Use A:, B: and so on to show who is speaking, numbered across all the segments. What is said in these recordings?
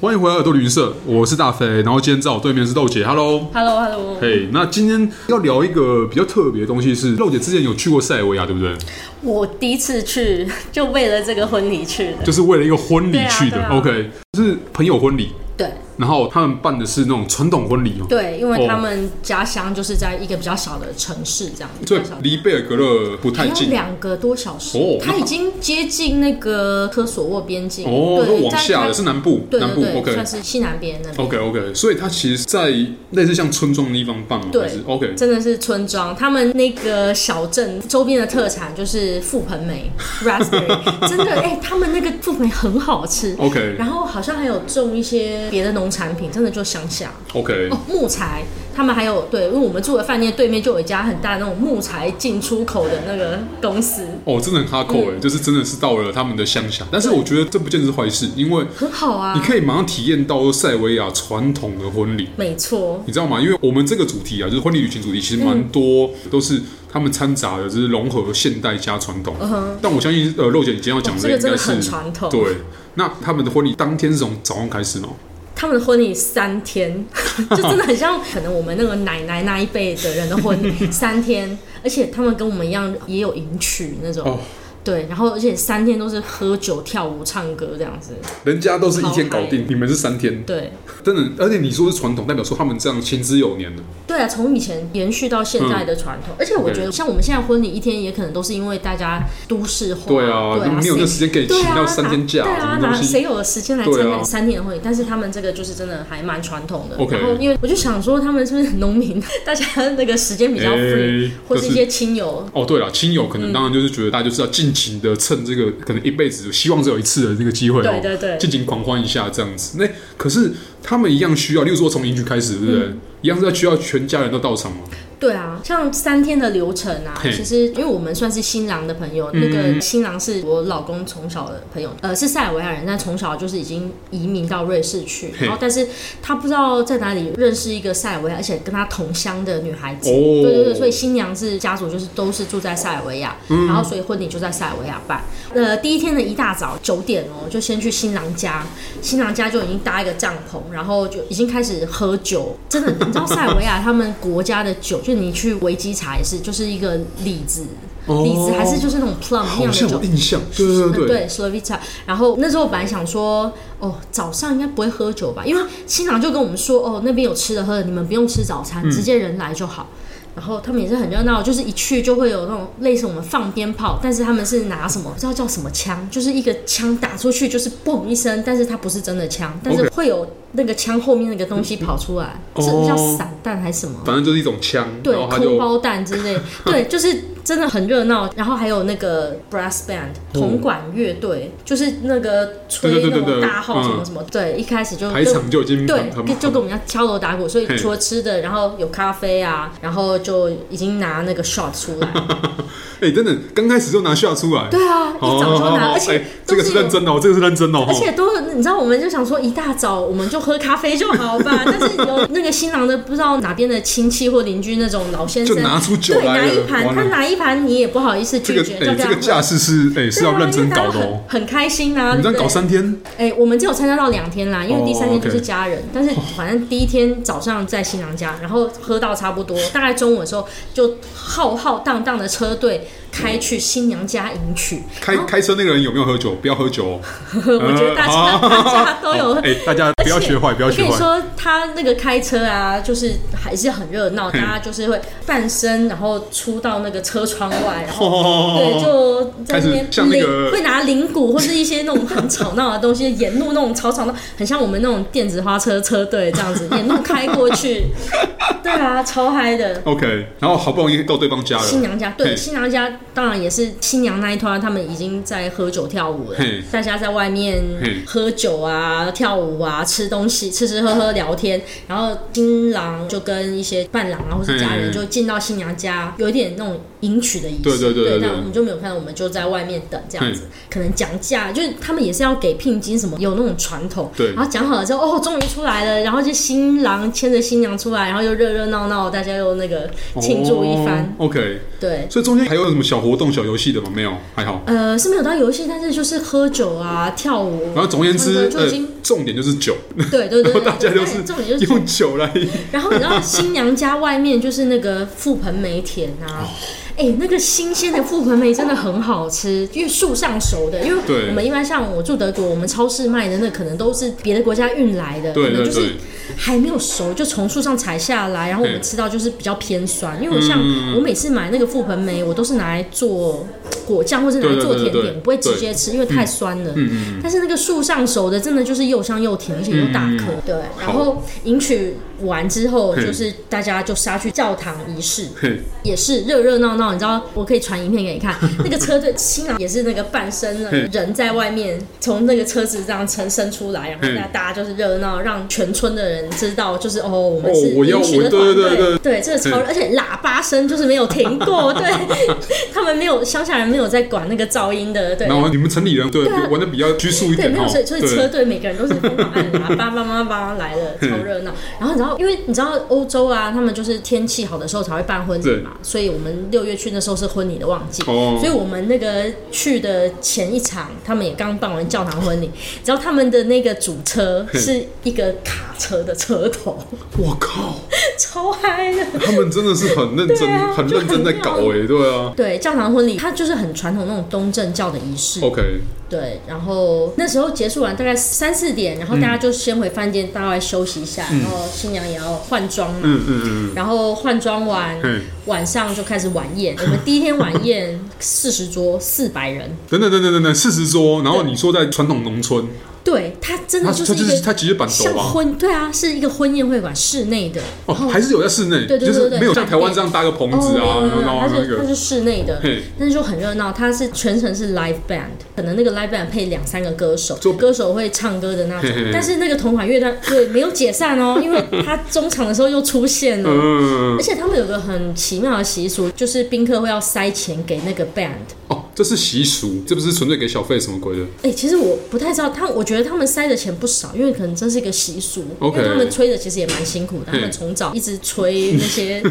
A: 欢迎回来耳朵旅行社，我是大飞，然后今天在我对面是豆姐，Hello。
B: Hello Hello，
A: 嘿那今天要聊一个比较特别的东西是，豆姐之前有去过塞尔维亚，对不对？
B: 我第一次去 就为了这个婚礼去的，
A: 就是为了一个婚礼去的、
B: 对啊对啊
A: o k 就是朋友婚礼，
B: 对
A: 然后他们办的是那种传统婚礼哦，
B: 对，因
A: 哦
B: 为他们家乡就是在一个比较小的城市这样子，
A: 所以
B: 比较小
A: 离贝尔格勒不太
B: 还要
A: 近，
B: 两个多小时
A: 哦，
B: 它已经接近那个科索沃边境，
A: 哦，
B: 对
A: 都往
B: 在
A: 下
B: 它
A: 了，是南部，
B: 对
A: 南
B: 对
A: 部
B: 对
A: ，OK。
B: 算是西南边那边。
A: OK OK，所以它其实，在类似像村庄的地方办吗？
B: 对
A: 还是 OK，
B: 真的是村庄，他们那个小镇周边的特产就是覆盆 梅 （raspberry），真的哎、他们那个覆盆梅很好吃。
A: OK
B: 然后好像还有种一些别的农产品，真的就乡下
A: OK，
B: 哦，木材。他们还有对，因为我们住的饭店对面就有一家很大的那种木材进出口的那个公司，
A: 哦，真的很哈
B: 嗯
A: 扣哎，就是真的是到了他们的乡下，但是我觉得这不见得是坏事，因为
B: 很好
A: 你
B: 啊。
A: 可以马上体验到说塞维亚传统的婚礼，
B: 没错，
A: 你知道吗？因为我们这个主题啊，就是婚礼旅行主题，其实蛮多
B: 嗯
A: 都是他们掺杂的，就是融合现代加传统。但我相信，呃，肉姐你今天要讲
B: 嗯
A: 的
B: 哦这个
A: 应该
B: 真的很
A: 是
B: 传统
A: 对，那他们的婚礼当天是从早上开始吗？
B: 他们的婚礼三天， 就真的很像 可能我们那个奶奶那一辈的人的婚 礼三天，而且他们跟我们一样也有迎娶那种。
A: 哦
B: 对，然后而且三天都是喝酒、跳舞、唱歌这样子。
A: 人家都是一天搞定，你们是三天，
B: 对，
A: 真的。而且你说是传统，代表说他们这样行之有年了。
B: 对啊，从以前延续到现在的传
A: 嗯
B: 统，而且我觉得像我们现在婚礼一天也可能都是因为大家都市化，
A: 对啊，
B: 对啊，
A: 没有那
B: 谁
A: 时间给你
B: 对
A: 请
B: 啊，
A: 到三天假，
B: 哪对
A: 什
B: 啊，
A: 么
B: 哪
A: 东西？
B: 谁有时间来
A: 对啊
B: 参加三天的婚礼？但是他们这个就是真的还蛮传统的。
A: OK
B: 然后因为我就想说，他们是不是农民，大家那个时间比较
A: 哎
B: free，、或
A: 就是
B: 是一些亲友。
A: 哦，对了，亲友
B: 嗯
A: 可能当然就是觉得大家就是要尽情的趁这个可能一辈子希望只有一次的这个机会、哦，
B: 对对对
A: 尽情狂欢一下这样子。那可是他们一样需要，例如说从迎娶开始，对不对？
B: 嗯
A: 一样是要需要全家人都到场嘛。
B: 对啊，像三天的流程啊，
A: 嘿嗯
B: 其实因为我们算是新郎的朋友，那个新郎是我老公从小的朋友，呃，是塞尔维亚人，但从小就是已经移民到瑞士去，
A: 嘿
B: 然后但是他不知道在哪里认识一个塞尔维亚，而且跟他同乡的女孩子，
A: 哦
B: 对对对，所以新娘是家族就是都是住在塞尔维亚，
A: 嗯
B: 然后所以婚礼就在塞尔维亚办。呃，第一天的一大早九点哦，就先去新郎家，新郎家就已经搭一个帐篷，然后就已经开始喝酒。真的，你知道塞尔维亚他们国家的酒，就你去维基查也是，就是一个李子，
A: 哦
B: 李子还是就是那种 plum 那
A: 好
B: 样的
A: 像
B: 酒
A: 有。印象，对对对对，
B: 对 s l o v i t a 然后那时候我本来想说，哦，早上应该不会喝酒吧，因为新郎就跟我们说，哦，那边有吃的喝的，你们不用吃早餐，
A: 嗯
B: 直接人来就好。然后他们也是很热闹，就是一去就会有那种类似我们放鞭炮，但是他们是拿什么不知道叫什么枪，就是一个枪打出去就是嘣一声，但是它不是真的枪，但是
A: OK
B: 会有那个枪后面那个东西跑出来，
A: 哦
B: 是叫散弹还是什么？
A: 反正就是一种枪，
B: 对
A: 然，后他
B: 空
A: 就
B: 包弹之 类，对，就是真的很热闹。然后还有那个 brass band 铜管乐队，就是那个吹
A: 嗯对对对
B: 那
A: 对对
B: 种大号什
A: 嗯
B: 么什么，对，一开始就
A: 排场就已经
B: 对
A: 很，很
B: 跟就跟我们一样敲锣打鼓，所以
A: 嘿
B: 除了吃的，然后有咖啡啊，然后就已经拿那个 shot 出 来，
A: 哎，真的刚开始就拿下出来，
B: 对啊，一早就拿，而且
A: 哎这
B: 都
A: 个是
B: 有
A: 认真的哦，这个是认真的哦，
B: 而且都是你知道，我们就想说一大早我们就喝咖啡就好 吧。但是有那个新郎的不知道哪边的亲戚或邻居那种老先生，
A: 就拿出酒
B: 对，
A: 来了
B: 拿一盘，
A: 完了
B: 他拿一盘你也不好意思
A: 这
B: 拒
A: 个
B: 绝，
A: 哎
B: 就
A: 这
B: 样啊
A: 个架势是哎是要认真搞的
B: 对啊因为大家
A: 哦，
B: 很很开心啊！
A: 你这
B: 对
A: 样
B: 不对
A: 搞三天，
B: 哎，我们只有参加到两天啦，因为第三天就
A: 哦
B: 是
A: ，OK
B: 家人。但是反正第一天早上在新郎家，然后喝到差不多，大概中午的时候就浩浩荡荡的车队开去新娘家迎娶。
A: 开开车那个人有没有喝酒？不要喝酒哦。
B: 哦我觉得大家、
A: 呃
B: 大家都有
A: 哎、大家不要学坏，不要学
B: 我跟你
A: 坏。
B: 说，他那个开车啊，就是还是很热闹，
A: 嘿
B: 大家就是会半身，然后出到那个车窗外，然后。 对，
A: 哦，
B: 就在
A: 开
B: 那
A: 始像
B: 边
A: 那
B: 铃
A: 个
B: 会拿铃鼓或是一些那种很吵闹的东西，沿路那种吵吵闹，很像我们那种电子花车车队这样子，沿路开过 去。对啊，超嗨的。
A: OK，然后好不容易到对方家
B: 新
A: 了，
B: 娘家
A: 嘿
B: 对新娘家当然也是新娘那一团，他们已经在喝酒跳舞了
A: 嘿，
B: 大家在外面
A: 嘿
B: 喝酒啊、跳舞啊、吃东西、吃吃喝喝、聊天。然后新郎就跟一些伴郎啊或是家
A: 嘿
B: 人就进到新娘家，有一点那种迎娶的仪式。
A: 对对对对对
B: 那我们就没有看到，我们就在外面等这样子
A: 嘿。
B: 可能讲价，就是他们也是要给聘金什么，有那种传统。
A: 对
B: 然后讲好了之后，哦，终于出来了，然后就新郎牵着新娘出来，然后又热热闹闹，大家又那个庆祝一番。
A: 哦 OK，
B: 对，
A: 所以中间还有什么小活动、小游戏的吗？没有，还好。
B: 呃，是没有到游戏，但是就是喝酒啊、跳舞，
A: 然后总而言之
B: 唱，歌就
A: 呃
B: 已经、，
A: 重点就是酒，
B: 对对对
A: 然后
B: 对，
A: 大家
B: 对
A: 都是
B: 重点就是
A: 用酒来。
B: 然后你知道新娘家外面就是那 个覆盆梅田啊，
A: 哦
B: 哎、那个新鲜的覆盆梅真的很好吃，因为树上熟的。因为
A: 对
B: 我们一般像我住德国，我们超市卖的那可能都是别的国家运来的，
A: 对
B: 可能
A: 对
B: 就是
A: 对
B: 还没有熟就从树上采下来，然后我们
A: 对嗯
B: 吃到就是比较偏酸。因为我像我每次买那个覆盆梅，我都是拿来做果酱或者拿来
A: 对对
B: 做
A: 对
B: 甜
A: 对
B: 点，不会直
A: 对嗯
B: 接吃，因为太酸了。但是那个树上熟的真的就是又香又甜，而且又大
A: 嗯
B: 颗。对，然后迎娶完之后，
A: 嘿
B: 就是大家就杀去教堂仪式，
A: 嘿，
B: 也是热热闹闹。你知道，我可以传影片给 你看，那个车队新郎也是那个半身的
A: 嘿
B: 人在外面，从那个车子这样伸伸出来，然后
A: 嘿
B: 大家大家就是热热闹，让全村的人知道，就是哦，我们
A: 哦
B: 是
A: 我要
B: 迎娶的
A: 我对对
B: 团队
A: 对。
B: 对，这个超，
A: 嘿
B: 而且喇叭声就是没有停过， 对他们没有乡下人没有在管那个噪音的，对。
A: 然后你们城里人对
B: 对啊
A: 玩的比较拘束一
B: 对，
A: 点
B: 没有，
A: 哦，
B: 所以所以车队每个人都是疯狂按喇叭，叭叭叭来 了，
A: 嗯
B: 超热闹。然后你知道，因为你知道欧洲啊，他们就是天气好的时候才会办婚礼嘛，所以我们六月去那时候是婚礼的旺季，
A: 哦
B: 所以我们那个去的前一场，他们也刚办完教堂婚礼，然后他们的那个主 车
A: 嘿
B: 是一个卡车的车头，
A: 我靠，
B: 超嗨的。
A: 他们真的是很认
B: 对啊
A: 真、很认真在搞哎，对啊。
B: 对，教堂婚礼它就是很传统那种东正教的仪式，
A: OK，
B: 对，然后那时候结束完大概三四点，然后大家就先回饭店，大概休息一下，然后新娘也要换装嘛，
A: 嗯嗯嗯
B: 然后换装完
A: 嗯，嘿，
B: 晚上就开始晚宴。我们第一天晚宴四十桌，四百人，
A: 等等等等等等，四十桌，然后你说在传统农村，
B: 对，它真
A: 他
B: 的
A: 他
B: 就是
A: 就
B: 一
A: 是
B: 个
A: 他其实板
B: 像
A: 头吧，
B: 婚，对啊，是一个婚宴会馆室内的，
A: 哦，还是有在室内，
B: 对对对
A: 就是
B: 对
A: 没有
B: 对
A: 像台湾这样搭个棚子啊，
B: 哦没有没有没有
A: 然后
B: 它
A: 那
B: 是它
A: 个，
B: 是室内的
A: 嘿，
B: 但是就很热闹。它是全程是 live band，可能那个 live band 配两三个歌手
A: 做，
B: 歌手会唱歌的那种
A: 嘿嘿嘿。
B: 但是那个同款乐团对没有解散 哦，因为它中场的时候又出现了。
A: 嗯
B: 而，且他们有个很奇妙的习俗，就是宾客会要塞钱给那个 band。
A: 哦，这是习俗，这不是纯粹给小费什么鬼的，
B: 哎、其实我不太知道，他我觉得他们塞的钱不少，因为可能真是一个习俗。
A: OK
B: 因为他们吹的其实也蛮辛苦的，他们
A: 嗯
B: 从早一直吹那些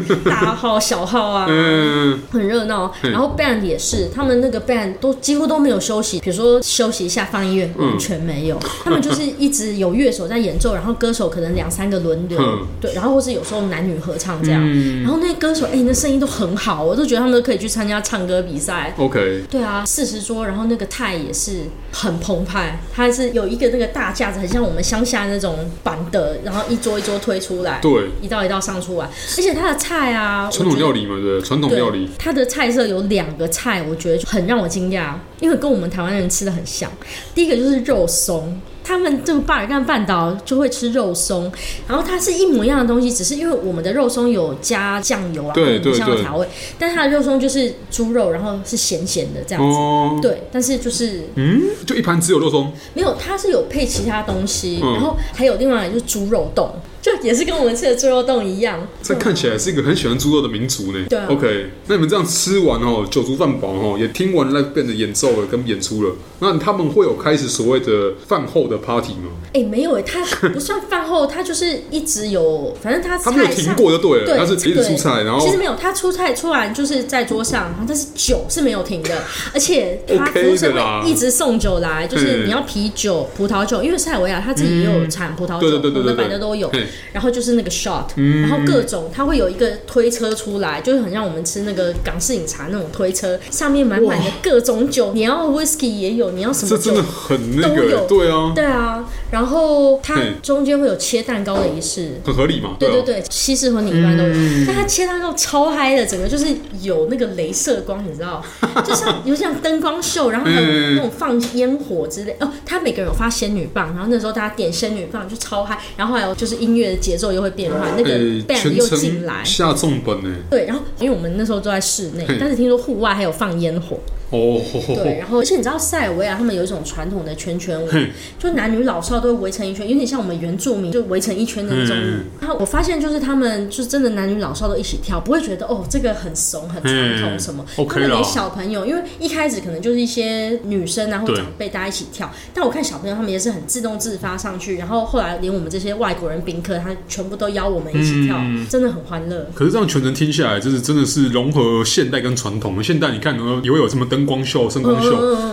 B: 大号、小号啊，
A: 嗯，
B: 很热闹。
A: 嗯
B: 然后 band 也是，他们那个 band 都几乎都没有休息，比如说休息一下放音乐，
A: 嗯
B: 完全没有。他们就是一直有乐手在演奏，然后歌手可能两三个轮流
A: 嗯，
B: 对，然后或是有时候男女合唱这样。然后那些歌手，哎、那声音都很好，我都觉得他们都可以去参加唱歌比赛。
A: OK，
B: 对啊，四十桌，然后那个菜也是很澎湃，它是有一个那个大架子，很像我们乡下那种板的，然后一桌一桌推出来，
A: 对，
B: 一道一道上出来，而且它的菜啊，
A: 传
B: 我
A: 统
B: 觉
A: 料
B: 得
A: 理嘛，对不对，传统
B: 对，
A: 料理，
B: 它的菜色有两个菜，我觉得很让我惊讶，因为跟我们台湾人吃的很像。第一个就是肉松，他们这个巴尔干半岛就会吃肉松，然后它是一模一样的东西，只是因为我们的肉松有加酱油啊，
A: 对
B: 或者不
A: 对
B: 一样的
A: 对
B: 调味，但它的肉松就是猪肉，然后是咸咸的这样子。
A: 哦，
B: 对，但是就是
A: 嗯，就一盘只有肉松，
B: 没有，它是有配其他东西，
A: 嗯
B: 然后还有另外一个就是猪肉冻，就也是跟我们吃的猪肉冻一样。
A: 这看起来是一个很喜欢猪肉的民族呢。
B: 对啊
A: OK，那你们这样吃完哦，酒足饭饱哦，也听完 live band 的演奏了跟演出了，那他们会有开始所谓的饭后的 party 吗？
B: 哎、没有 哎、它不算饭后，它就是一直有，反正它
A: 他们有
B: 菜
A: 停
B: 上。
A: 过就对了，
B: 对，
A: 他是一直
B: 对
A: 出菜，然后
B: 其实没有，它出菜出来就是在桌上，然后但是酒是没有停的，而且它
A: OK
B: 服务生
A: 的啦
B: 会一直送酒来，就是
A: 嗯
B: 你要啤酒、葡萄酒，因为塞尔维亚它自己也有产葡萄酒，
A: 对对对对
B: 红的
A: 对
B: 白
A: 对，
B: 的都有。
A: 嘿嗯
B: 然后就是那个 shot，、然后各种它会有一个推车出来，就是很像我们吃那个港式饮茶那种推车，上面满满的各种酒，你要 whisky 也有，你要什么
A: 这
B: 酒
A: 真的很那
B: 都有
A: 个，对啊，
B: 对啊，然后它
A: 对
B: 中间会有切蛋糕的仪式。
A: 很合理嘛，
B: 对对
A: 啊。
B: 对，西式婚礼一般都有，
A: 嗯
B: 但它切蛋糕超嗨的，整个就是有那个镭射光，你知 道，就像有像灯光秀，然后还有
A: 嗯
B: 那种放烟火之类。哦，他每个人有发仙女棒，然后那时候大家点仙女棒就超嗨，然后还有就是音乐的节奏又会变化，那个
A: 诶
B: band
A: 全
B: 又进来
A: 程。下重本呢，
B: 对，然后因为我们那时候都在室内
A: 嘿，
B: 但是听说户外还有放烟火，
A: 哦，
B: 对，然后而且你知道塞尔维亚他们有一种传统的圈圈舞
A: 嘿，
B: 就男女老少都会围成一圈，有点像我们原住民就围成一圈的那种舞
A: 嗯。
B: 然后我发现就是他们就是真的男女老少都一起跳，不会觉得哦这个很怂很传统
A: 嗯
B: 什么。
A: OK
B: 他们
A: 啦
B: 连小朋友，因为一开始可能就是一些女生啊或
A: 对
B: 长辈大家一起跳，但我看小朋友他们也是很自动自发上去，然后后来连我们这些外国人宾客，他全部都邀我们一起跳，
A: 嗯
B: 真的很欢乐。
A: 可是这样全程听下来，就是真的是融合现代跟传统。现代你看，呃也会有什么灯光秀、声光秀，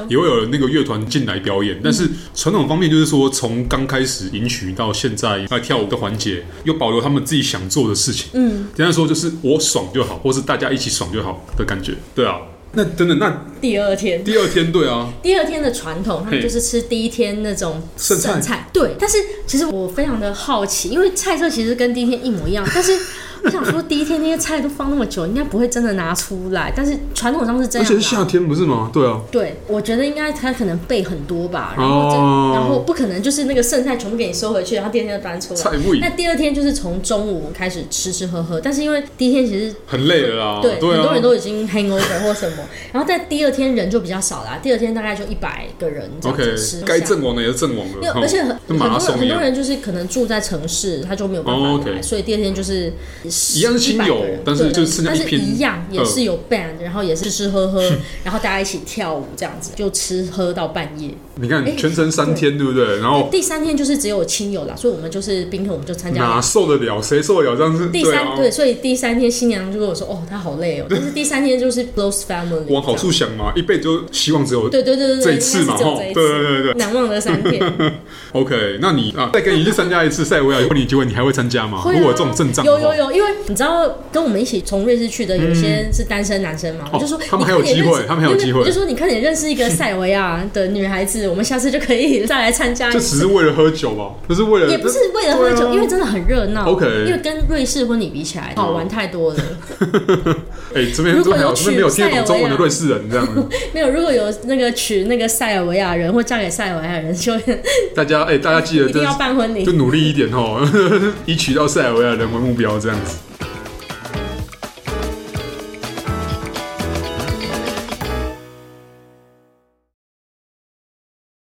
A: 也会有那个乐团进来表演。但是传统方面，就是说从刚开始迎娶到现在来跳舞的环节，又保留他们自己想做的事情。
B: 嗯，
A: 简单说就是我爽就好，或是大家一起爽就好的感觉。对啊，那真的那
B: 第二天。
A: 第二天，对啊，
B: 第二天的传统，他们
A: 嘿
B: 就是吃第一天那种
A: 剩菜
B: 对，但是其实我非常的好奇，因为菜色其实跟第一天一模一样，但是 我想说，第一天那些菜都放那么久，应该不会真的拿出来。但是传统上是这
A: 而
B: 样
A: 且是
B: 啦。
A: 夏天不是吗？对啊，
B: 对，我觉得应该他可能备很多吧，然后这、
A: 哦
B: 然后不可能就是那个剩菜全部给你收回去，然后第二天就端出
A: 菜
B: 来。
A: 味
B: 那第二天就是从中午开始吃吃喝喝，但是因为第一天其实
A: 很累了啦。
B: 对，很多人
A: 啊。
B: 都已经 hangover 或什么，然后在第二天人就比较少啦，第二天大概就一百个人这样
A: OK，
B: 子吃。
A: 该阵亡的也是阵亡
B: 因为
A: 了，
B: 而且很
A: 跟
B: 很
A: 马拉
B: 多人
A: 松一
B: 很多
A: 样，
B: 人就是可能住在城市，他就没有办法来
A: 哦，OK
B: 所以第二天就是
A: 一样是亲友
B: 100个人
A: 但是
B: 对
A: 就是那
B: 但
A: 一
B: 是
A: 片
B: 一样也
A: 嗯
B: 是有 band，然后也是吃 吃喝喝，然后大家一起跳舞这样子，就吃喝到半夜。
A: 你看
B: 哎
A: 全程三天，对不对？然后
B: 第三天就是只有亲友啦，所以我们就是宾客，我们就参加
A: 哪
B: 了。
A: 受得了？谁受得了这样子？
B: 第
A: 对
B: 三
A: 啊，
B: 对，所以第三天新娘就跟我说：“哦，她好累哦。”但是第三天就是 close family，
A: 往好
B: 这样
A: 处想嘛，一辈子就希望只有
B: 对对对对对，
A: 这一次嘛，
B: 应该是只有
A: 哈
B: 这，一
A: 对
B: 次
A: 对对对。
B: 难忘的 三天，
A: OK，那你啊，再跟你去参加一次塞维亚，问你结婚，你还会参加吗？
B: 会啊
A: 如果有这种阵仗的
B: 有
A: 话，
B: 有有，因为你知道跟我们一起从瑞士去的有些是单身男生嘛，我就说
A: 嗯哦他们还有机会
B: 你快点认识
A: 他们还有机会
B: 我就说你快点认识一个塞尔维亚的女孩子，我们下次就可以再来参加一
A: 就只
B: 次。
A: 是为了喝酒嘛，就是为了
B: 也不是为了喝酒，
A: 对啊
B: 因为真的很热闹。
A: OK 嗯
B: 因为跟瑞士婚礼比起来，好玩太多了。
A: 哎，这边
B: 如
A: 这边
B: 果
A: 还有
B: 有
A: 这边没有
B: 去啊
A: 听得懂中文的
B: 塞维亚
A: 瑞士人这样子，
B: 没有，如果有那个娶那个塞尔维亚人或嫁给塞尔维亚人，就
A: 大家哎，大家记得
B: 一定
A: 就
B: 要办婚礼
A: 就。努力一点哦，以娶到塞尔维亚人为目标这样子。